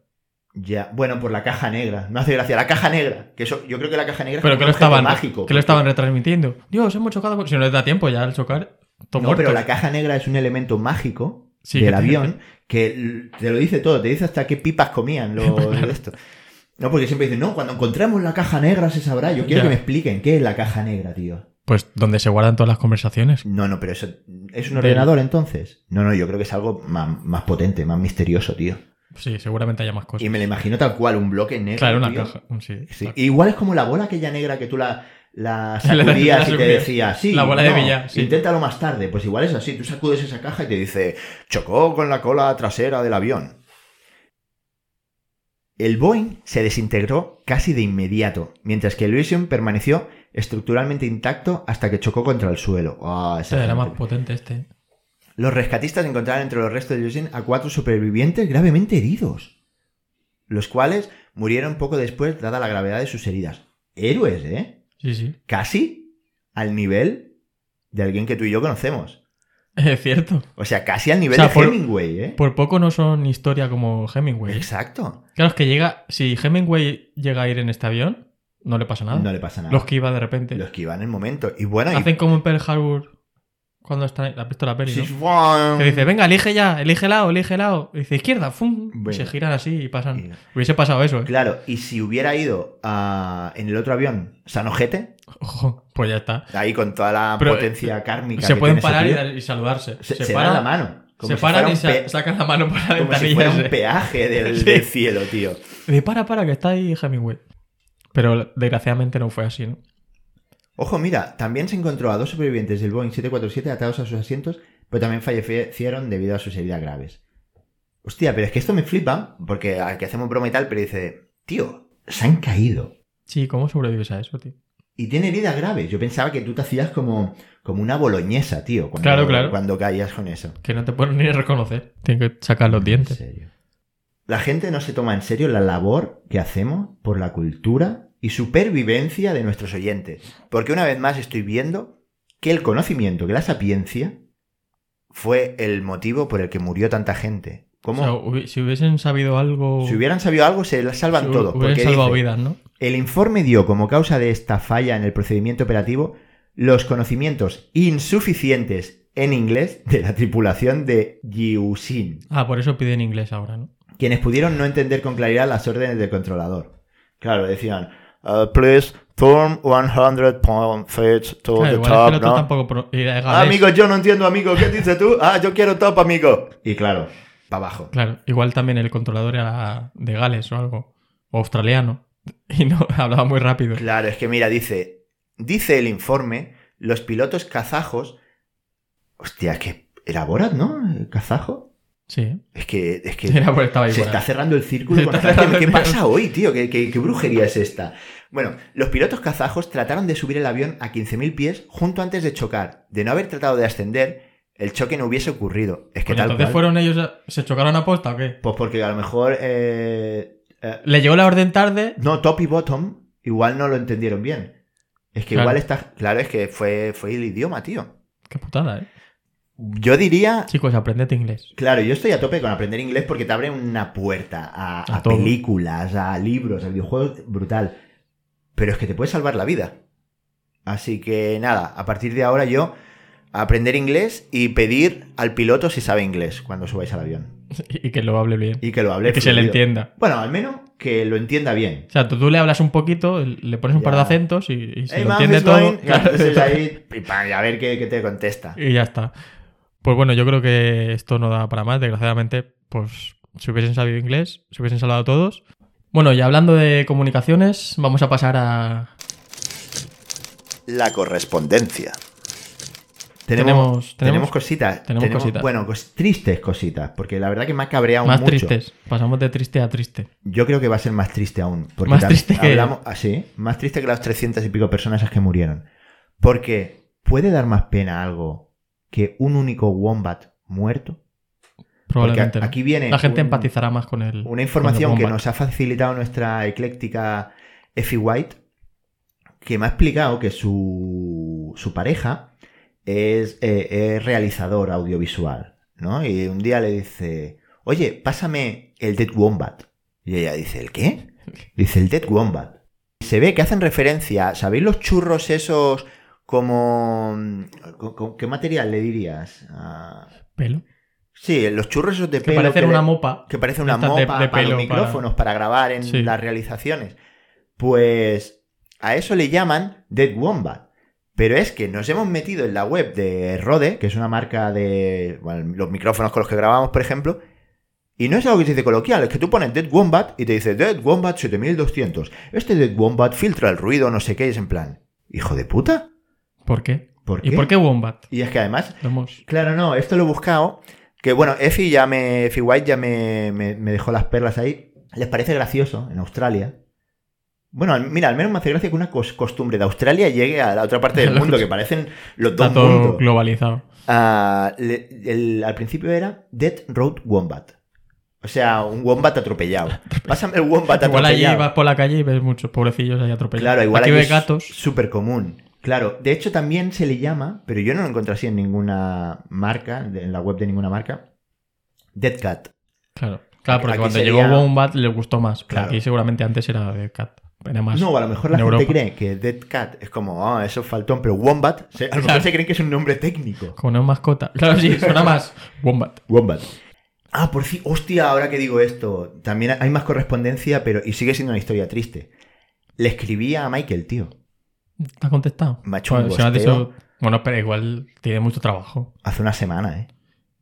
ya, bueno, por la caja negra. Me hace gracia la caja negra, que eso yo creo que la caja negra es Pero como que un lo objeto estaban, mágico. que lo estaban retransmitiendo. Dios, hemos chocado. con- Si no les da tiempo ya al chocar, No, todos muertos. pero la caja negra es un elemento mágico Sí, que del te- avión que l- te lo dice todo, te dice hasta qué pipas comían (laughs) los de esto. No, porque siempre dicen, no, cuando encontremos la caja negra se sabrá. Yo quiero Ya. que me expliquen qué es la caja negra, tío. Pues donde se guardan todas las conversaciones. No, no, pero eso es un Del- ordenador entonces. No, no, yo creo que es algo más, más potente, más misterioso, tío. Sí, seguramente haya más cosas. Y me lo imagino tal cual, un bloque negro. claro, una tío. caja. un- Sí, Sí, claro. Igual es como la bola aquella negra que tú la, la (laughs) La- la- la sacudías y te sacudías. decía, sí, La bola de billar, sí. inténtalo más tarde. Pues igual es así, tú sacudes esa caja y te dice, chocó con la cola trasera del avión. El Boeing se desintegró casi de inmediato, mientras que el Vision permaneció estructuralmente intacto hasta que chocó contra el suelo. Ah, esa Este era gente. más potente este. Los rescatistas encontraron entre los restos de Yusin a cuatro supervivientes gravemente heridos, los cuales murieron poco después dada la gravedad de sus heridas. Héroes, ¿eh? Sí, sí. (laughs) Casi al nivel de alguien que tú y yo conocemos. Es cierto. O sea, casi al nivel O sea, de por- Hemingway, ¿eh? Por poco no son historia como Hemingway. Exacto. Claro, es que llega. Si Hemingway llega a ir en este avión, no le pasa nada. No le pasa nada. Ah. Los que iba de repente. Los que iban en el momento. Y bueno, y... Hacen como en Pearl Harbor. Cuando está. ¿Has visto la peli? Sí, no? ¡guau! Que dice, venga, elige ya, elige lado, elige lado. Y dice, izquierda, ¡fum! Bueno. Y se giran así y pasan. Y- Hubiese pasado eso, ¿eh? Claro, y si hubiera ido a- en el otro avión, Sanojete, Ojo, pues ya está. ahí con toda la Pero, eh, potencia kármica. Se que pueden tiene ese parar y, tío, dar- y saludarse. se, Se, se dan paran, la mano. como se si paran fuera y un sa- pe- sacan la mano por la Como si ventanilla. fuera un ese. peaje del, (laughs) Sí. del cielo, tío. De para, para, que está ahí Hemingway. Pero desgraciadamente no fue así, ¿no? Ojo, mira, también se encontró a dos supervivientes del Boeing 747 atados a sus asientos, pero también fallecieron debido a sus heridas graves. Hostia, pero es que esto me flipa, porque aquí hacemos broma y tal, pero dice, tío, se han caído. Sí, ¿cómo sobrevives a eso, tío? Y tiene heridas graves. Yo pensaba que tú te hacías como, como una boloñesa, tío, cuando, Claro, claro. cuando caías con eso. Que no te pueden ni reconocer. Tienen que sacar los En dientes. serio. La gente no se toma en serio la labor que hacemos por la cultura y supervivencia de nuestros oyentes. Porque una vez más estoy viendo que el conocimiento, que la sapiencia, fue el motivo por el que murió tanta gente. O Como sea, hubi- si hubiesen sabido algo... si hubieran sabido algo, se las salvan si hu- todos. Hubieran Porque salvado dice, vidas, ¿no? el informe dio como causa de esta falla en el procedimiento operativo los conocimientos insuficientes en inglés de la tripulación de Jiuxin. Ah, por eso piden inglés ahora, ¿no? quienes pudieron no entender con claridad las órdenes del controlador. Claro, decían, "Uh, please turn 100 pound face to Oh, Claro, the igual top, el otro ¿no? tampoco pro- eh, era Ah, galés. amigo, yo no entiendo, amigo, ¿qué dices tú? Ah, yo quiero top, amigo. Y claro, para abajo. Claro, igual también el controlador era de Gales o algo, o australiano, (laughs) y no hablaba muy rápido. Claro, es que mira, dice, dice el informe, los pilotos kazajos, hostia, es que era Borat, ¿no? ¿El kazajo. Sí, Es que, es que era por estaba se igual. está cerrando el círculo. Se con está la gente. cerrando ¿Qué el pasa hoy, tío? ¿Qué, qué, qué brujería es esta? Bueno, los pilotos kazajos trataron de subir el avión a 15.000 pies junto antes de chocar. De no haber tratado de ascender, el choque no hubiese ocurrido. Es que Coño, tal entonces cual. fueron ellos, a- se chocaron a posta o qué? Pues porque a lo mejor... eh, eh, Le llegó la orden tarde, no, top y bottom igual no lo entendieron bien. Es que Claro. igual está... Claro, es que fue, fue el idioma, tío. qué putada, eh. Yo diría... Chicos, aprendete inglés. (laughs) Claro, yo estoy a tope con aprender inglés porque te abre una puerta a, A a todo. películas, a libros, a videojuegos, brutal. Pero es que te puede salvar la vida. Así que nada, a partir de ahora yo aprender inglés y pedir al piloto si sabe inglés cuando subáis al avión. Y, y que lo hable bien. Y que lo hable. Y que se le fluido. entienda. Bueno, al menos que lo entienda bien. O sea, tú, tú le hablas un poquito, le pones un Ya. par de acentos y, y se Hey, lo man, entiende who's todo. (laughs) going? Y Claro, entonces ahí, pim, pam, y a ver qué, qué te contesta. Y ya está. Pues bueno, yo creo que esto no da para más. Desgraciadamente, pues si hubiesen sabido inglés, se hubiesen salvado todos. Bueno, y hablando de comunicaciones, vamos a pasar a... La correspondencia. Tenemos, Tenemos- tenemos- tenemos cositas. tenemos cositas. Bueno, cos- tristes cositas, porque la verdad que me ha cabreado Más mucho. tristes. Pasamos de triste a triste. Yo creo que va a ser más triste aún. Porque Más tam- triste que- hablamos, ah, sí, más triste que las 300 y pico personas esas que murieron. Porque puede dar más pena algo que un único wombat muerto. Porque Probablemente. a- ¿no? aquí viene La gente un- empatizará más con el... una información con el que wombat. nos ha facilitado nuestra ecléctica Effie White, que me ha explicado que su, su pareja es, eh, es realizador audiovisual, ¿no? Y un día le dice, oye, pásame el Dead Wombat. Y ella dice, ¿el qué? Dice, el Dead Wombat. Se ve que hacen referencia, ¿sabéis los churros esos como... co- co- ¿Qué material le dirías? Ah, Pelo. sí, los churros esos de Que pelo parecen que le- una mopa. que parece una Estas mopa de- de para los pelo, micrófonos, para, grabar en Sí. las realizaciones. Pues a eso le llaman Dead Wombat. Pero es que nos hemos metido en la web de Rode, que es una marca de bueno, los micrófonos con los que grabamos, por ejemplo, y no es algo que se dice coloquial, es que tú pones Dead Wombat y te dice Dead Wombat 7200. Este Dead Wombat filtra el ruido, no sé qué, y es en plan, hijo de puta. ¿Por qué? ¿Por ¿Y por qué Wombat? Y es que además Lo hemos- Claro, no, esto lo he buscado. Que bueno, Effie ya me. Effie White ya me, me- me dejó las perlas ahí. ¿Les parece gracioso en Australia? Bueno, al- mira, al menos me hace gracia que una cos- costumbre de Australia llegue (laughs) a la otra parte del Lo mundo, que- que parecen los dos Está todo mundos. globalizado. Ah, le- el- al principio era Dead Road Wombat. O sea, un wombat (laughs) atropellado. Pásame el wombat Igual allí atropellado. vas por la calle y ves muchos pobrecillos ahí atropellados. Claro, igual Aquí allí ves es gatos. Súper común. Claro, de hecho también se le llama, pero yo no lo encontré así en ninguna marca, de- en la web de ninguna marca, Dead Cat. Claro, claro porque Aquí cuando sería- llegó Wombat le gustó más. pero Claro. Aquí seguramente antes era de Cat. Era más. No, a lo mejor la en gente Europa. cree que Dead Cat es como, ah, eso es faltón, pero Wombat, se- a lo mejor Claro. se creen que es un nombre técnico. Como no es mascota. Claro, sí, suena más Wombat. Wombat. Ah, por fin, hostia, ahora que digo esto, también hay más correspondencia, pero y sigue siendo una historia triste. Le escribía a Michael, tío. ¿Te has contestado? Me ha hecho un Bueno, si me has ghosteo. dicho- Bueno, pero igual tiene mucho trabajo. Hace una semana, ¿eh?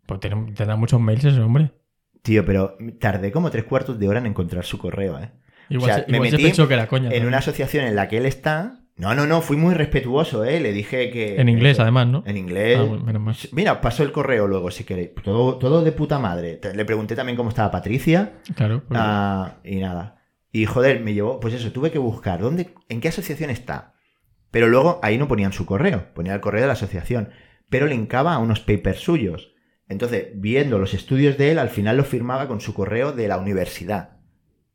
Pues tiene- tendrá muchos mails ese hombre. Tío, pero tardé como tres cuartos de hora en encontrar su correo, ¿eh? Igual, O sea, se, me igual se metí pensó que era coña. en ¿no? una asociación en la que él está. No, no, no, fui muy respetuoso, ¿eh? Le dije que. En inglés, eso, además, ¿no? En inglés. Ah, bueno, menos mal. Mira, pasó el correo luego, si queréis. Todo, todo de puta madre. Te- Le pregunté también cómo estaba Patricia. Claro. pues, porque- ah, y nada. Y joder, me llevó. Pues eso, tuve que buscar. ¿dónde, ¿En qué asociación está? Pero luego ahí no ponían su correo. Ponía el correo de la asociación. Pero linkaba a unos papers suyos. Entonces, viendo los estudios de él, al final lo firmaba con su correo de la universidad.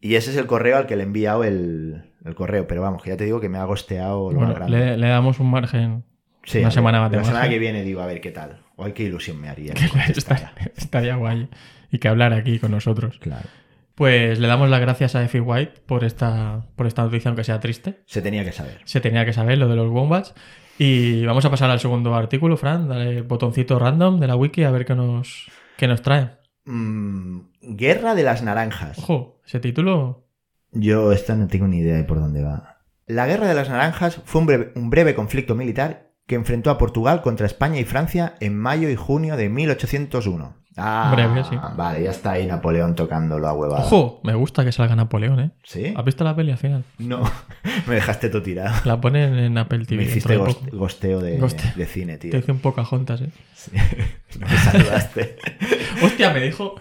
Y ese es el correo al que le he enviado el, el correo. Pero vamos, que ya te digo que me ha gosteado lo más bueno, grande. le, le damos un margen. Sí, una a ver, semana más de La semana margen. que viene digo, a ver qué tal. Ay, qué ilusión me (laughs) haría. que Está- contestara. Estaría guay. Y que hablar aquí con nosotros. Claro. Pues le damos las gracias a Effie White por esta, por esta noticia, aunque sea triste. Se tenía que saber. Se tenía que saber lo de los wombats. Y vamos a pasar al segundo artículo, Fran. Dale botoncito random de la wiki a ver qué nos, qué nos trae. mm, Guerra de las Naranjas. Ojo, ese título. Yo esta no tengo ni idea de por dónde va. La Guerra de las Naranjas fue un breve, un breve conflicto militar que enfrentó a Portugal contra España y Francia en mayo y junio de 1801. Ah, Breve, sí. vale, ya está ahí Napoleón tocándolo a huevada. Ojo, me gusta que salga Napoleón, ¿eh? ¿Sí? ¿Has visto la peli al final? No, (laughs) me dejaste todo tirado. La ponen en Apple TV. Me dentro hiciste de gos- poco. gosteo de, Goste- de cine, tío. Te dicen Pocahontas, ¿eh? Sí. No me saludaste. Hostia, me dijo,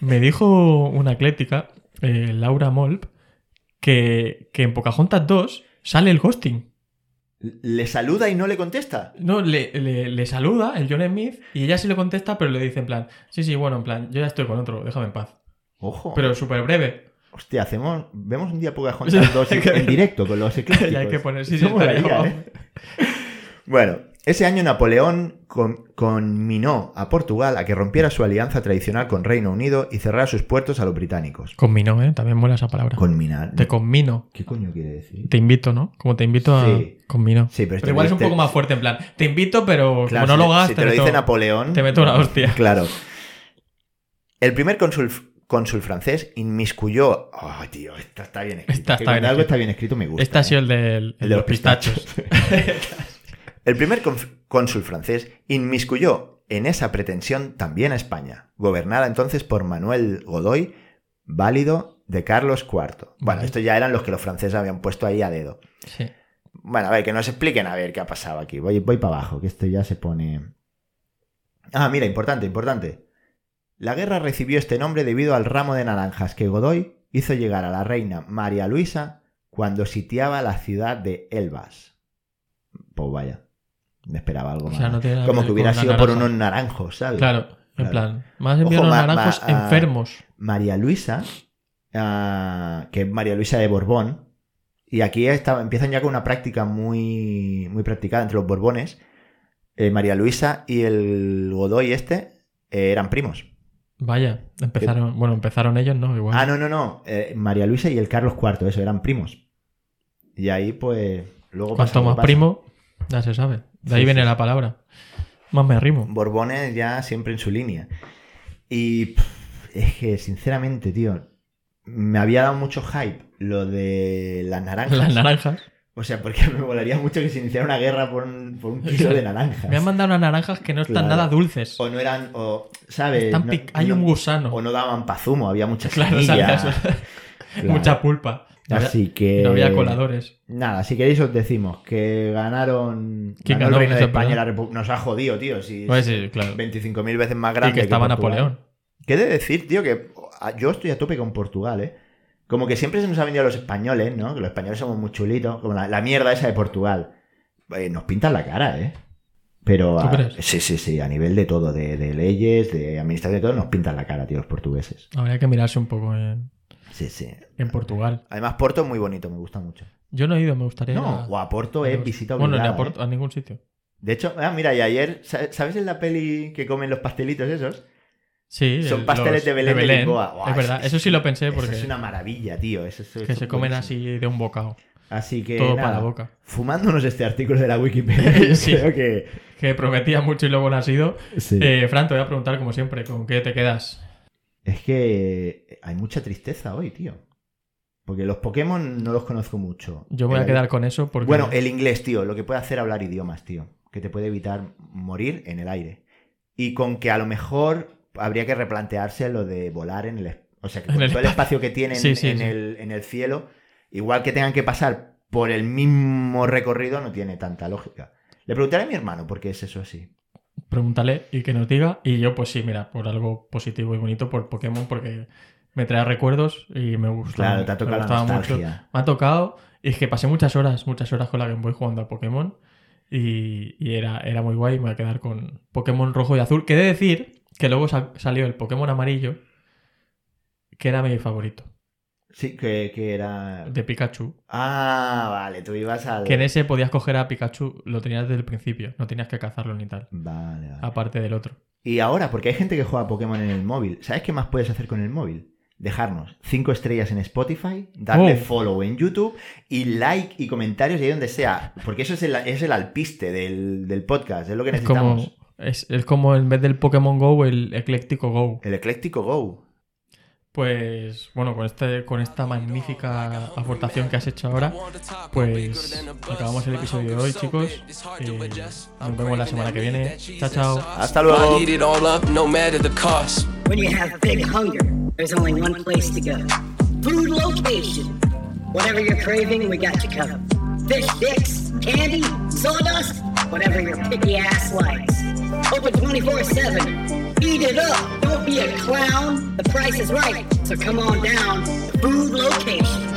me dijo una atlética, eh, Laura Molp, que, que en Pocahontas 2 sale el ghosting. ¿Le saluda y no le contesta? No, le, le- le saluda el John Smith y ella sí le contesta, pero le dice en plan, sí, sí, bueno, en plan, yo ya estoy con otro, déjame en paz. Ojo. Pero súper breve. (laughs) Hostia, hacemos, vemos un día (laughs) Pocahontas 2 en, en directo con los eclécticos. Ya hay que poner, (laughs) sí, Pues, Eso sí, estaría molaría, guapo. ¿eh? Bueno, ese año Napoleón con- conminó a Portugal a que rompiera su alianza tradicional con Reino Unido y cerrara sus puertos a los británicos. Conmino, ¿eh? También mola esa palabra. Conminar. Te conmino. ¿Qué coño quiere decir? Te invito, ¿no? Como te invito a... Sí. Conmino. Sí, pero, este Pero igual es un poco más fuerte, en plan, te invito, pero Claro, como si no te- lo hagas, si te te lo meto- dice Napoleón. te meto una hostia. (laughs) Claro. El primer cónsul, cónsul francés inmiscuyó. Oh, tío, esta está bien escrito. Esta Que está cuando bien algo escrito. está bien escrito me gusta. Este ha ¿eh? sido el del el de los pistachos. (laughs) el primer conf- cónsul francés inmiscuyó en esa pretensión también a España, gobernada entonces por Manuel Godoy, válido de Carlos IV. Bueno, Vale. estos ya eran los que los franceses habían puesto ahí a dedo. Sí. Bueno, a ver, que nos expliquen a ver qué ha pasado aquí. Voy, voy para abajo, que esto ya se pone. Ah, mira, importante, importante. La guerra recibió este nombre debido al ramo de naranjas que Godoy hizo llegar a la reina María Luisa cuando sitiaba la ciudad de Elbas. Pues vaya, me esperaba algo O más. sea, no tiene nada Como ver que con hubiera una sido por naranja. unos naranjos, ¿sabes? Claro, en Claro. plan, más Ojo, enviado ma- unos naranjos ma- ah. enfermos. María Luisa, ah, que es María Luisa de Borbón, y aquí está- empiezan ya con una práctica muy, muy practicada entre los Borbones. Eh, María Luisa y el Godoy este eh, eran primos. Vaya, empezaron, bueno, empezaron ellos, ¿no? Igual. Ah, no, no, no. eh, María Luisa y el Carlos IV, eso, eran primos. Y ahí, pues, luego... pasa Cuanto lo que más pasa. primo, ya se sabe. De ahí Sí, viene sí, la palabra. Más me arrimo. Borbones ya siempre en su línea. Y pff, es que, sinceramente, tío, me había dado mucho hype lo de (laughs) las naranjas. Las naranjas. O sea, porque (laughs) me molaría mucho que se iniciara una guerra por un, por un kilo de naranjas. Me han mandado unas naranjas que no están Claro. nada dulces. O no eran, o, ¿sabes? Están No- pic- Hay no- un gusano. O no daban pazumo, había muchas Claro, semillas. (laughs) sabes, Claro. Mucha pulpa. No había- Así que... No había coladores. Nada, si queréis os decimos que ganaron... ¿Quién ganó ganó? el Reino de Eso, España, la perdón. Repu- Nos ha jodido, tío. Si Pues sí, claro. 25.000 veces más grande Y que estaba Portugal. Napoleón. ¿Qué he de decir, tío? Que a- yo estoy a tope con Portugal, ¿eh? Como que siempre se nos ha vendido a los españoles, ¿no? Que los españoles somos muy chulitos, como la, la mierda esa de Portugal. Eh, nos pintan la cara, ¿eh? Pero ¿Tú a- crees? sí, sí, sí, a nivel de todo, de, de leyes, de administración, de todo, nos pintan la cara, tío, los portugueses. Habría que mirarse un poco en, Sí, sí. en Portugal. Además, Porto es muy bonito, me gusta mucho. Yo no he ido, me gustaría. ir No, a- o a Porto a- es visita Bueno, obligada. ni a, ¿eh? Porto- a ningún sitio. De hecho, ah, mira, y ayer, ¿sa- ¿sabes en la peli que comen los pastelitos esos? Sí, Son el- pasteles los- de Belén de Lisboa. Buah, es verdad, eso sí lo pensé eso porque es una maravilla, tío. Eso, eso- que eso se es comen buenísimo. así de un bocado, Así que. todo nada, para la boca. Fumándonos este artículo de la Wikipedia, (laughs) Sí. creo que. Que prometía mucho y luego no ha sido. sí. Eh, Fran, te voy a preguntar como siempre, ¿con qué te quedas? Es que hay mucha tristeza hoy, tío. Porque los Pokémon no los conozco mucho. Yo me voy a El- quedar con eso porque Eh, Bueno, eh, el inglés, tío. Lo que puede hacer hablar idiomas, tío. Que te puede evitar morir en el aire. Y con que a lo mejor habría que replantearse lo de volar en el. es- O sea, que En con el todo el espacio que tienen Sí, sí, en, sí. El, en el cielo, igual que tengan que pasar por el mismo recorrido, no tiene tanta lógica. Le preguntaré a mi hermano por qué es eso así. pregúntale y que nos diga. Y yo, pues sí, mira, por algo positivo y bonito, por Pokémon, porque me trae recuerdos y me gusta. Claro, te ha tocado me la gustaba mucho. nostalgia. Me ha tocado y es que pasé muchas horas, muchas horas con la Game Boy jugando a Pokémon y, y era, era muy guay. Me voy a quedar con Pokémon rojo y azul. Que he de decir que luego sa- salió el Pokémon amarillo, que era mi favorito, Sí, que, que era. de Pikachu. Ah, vale, tú ibas al. Que en ese podías coger a Pikachu, lo tenías desde el principio, no tenías que cazarlo ni tal, Vale, vale. aparte del otro. Y ahora, porque hay gente que juega a Pokémon en el móvil, ¿sabes qué más puedes hacer con el móvil? Dejarnos cinco estrellas en Spotify, darle Oh. follow en YouTube y like y comentarios y ahí donde sea. Porque eso es el, es el alpiste del, del podcast, es lo que Es como necesitamos. Es, es como en vez del Pokémon Go, el Ecléctico Go. El ecléctico Go. Pues bueno, con, este, con esta magnífica aportación que has hecho ahora, pues acabamos el episodio de hoy, chicos. Eh, nos vemos la semana que viene. Chao, chao. Hasta luego. I eat it all up, no matter the cost. When you have big hunger, there's only one place to go. Food location. Whatever you're craving, we got you covered. Fish dicks, candy, sawdust, whatever your picky ass likes. Open 24-7. Eat it up. Don't be a clown. The price is right. So come on down to food location.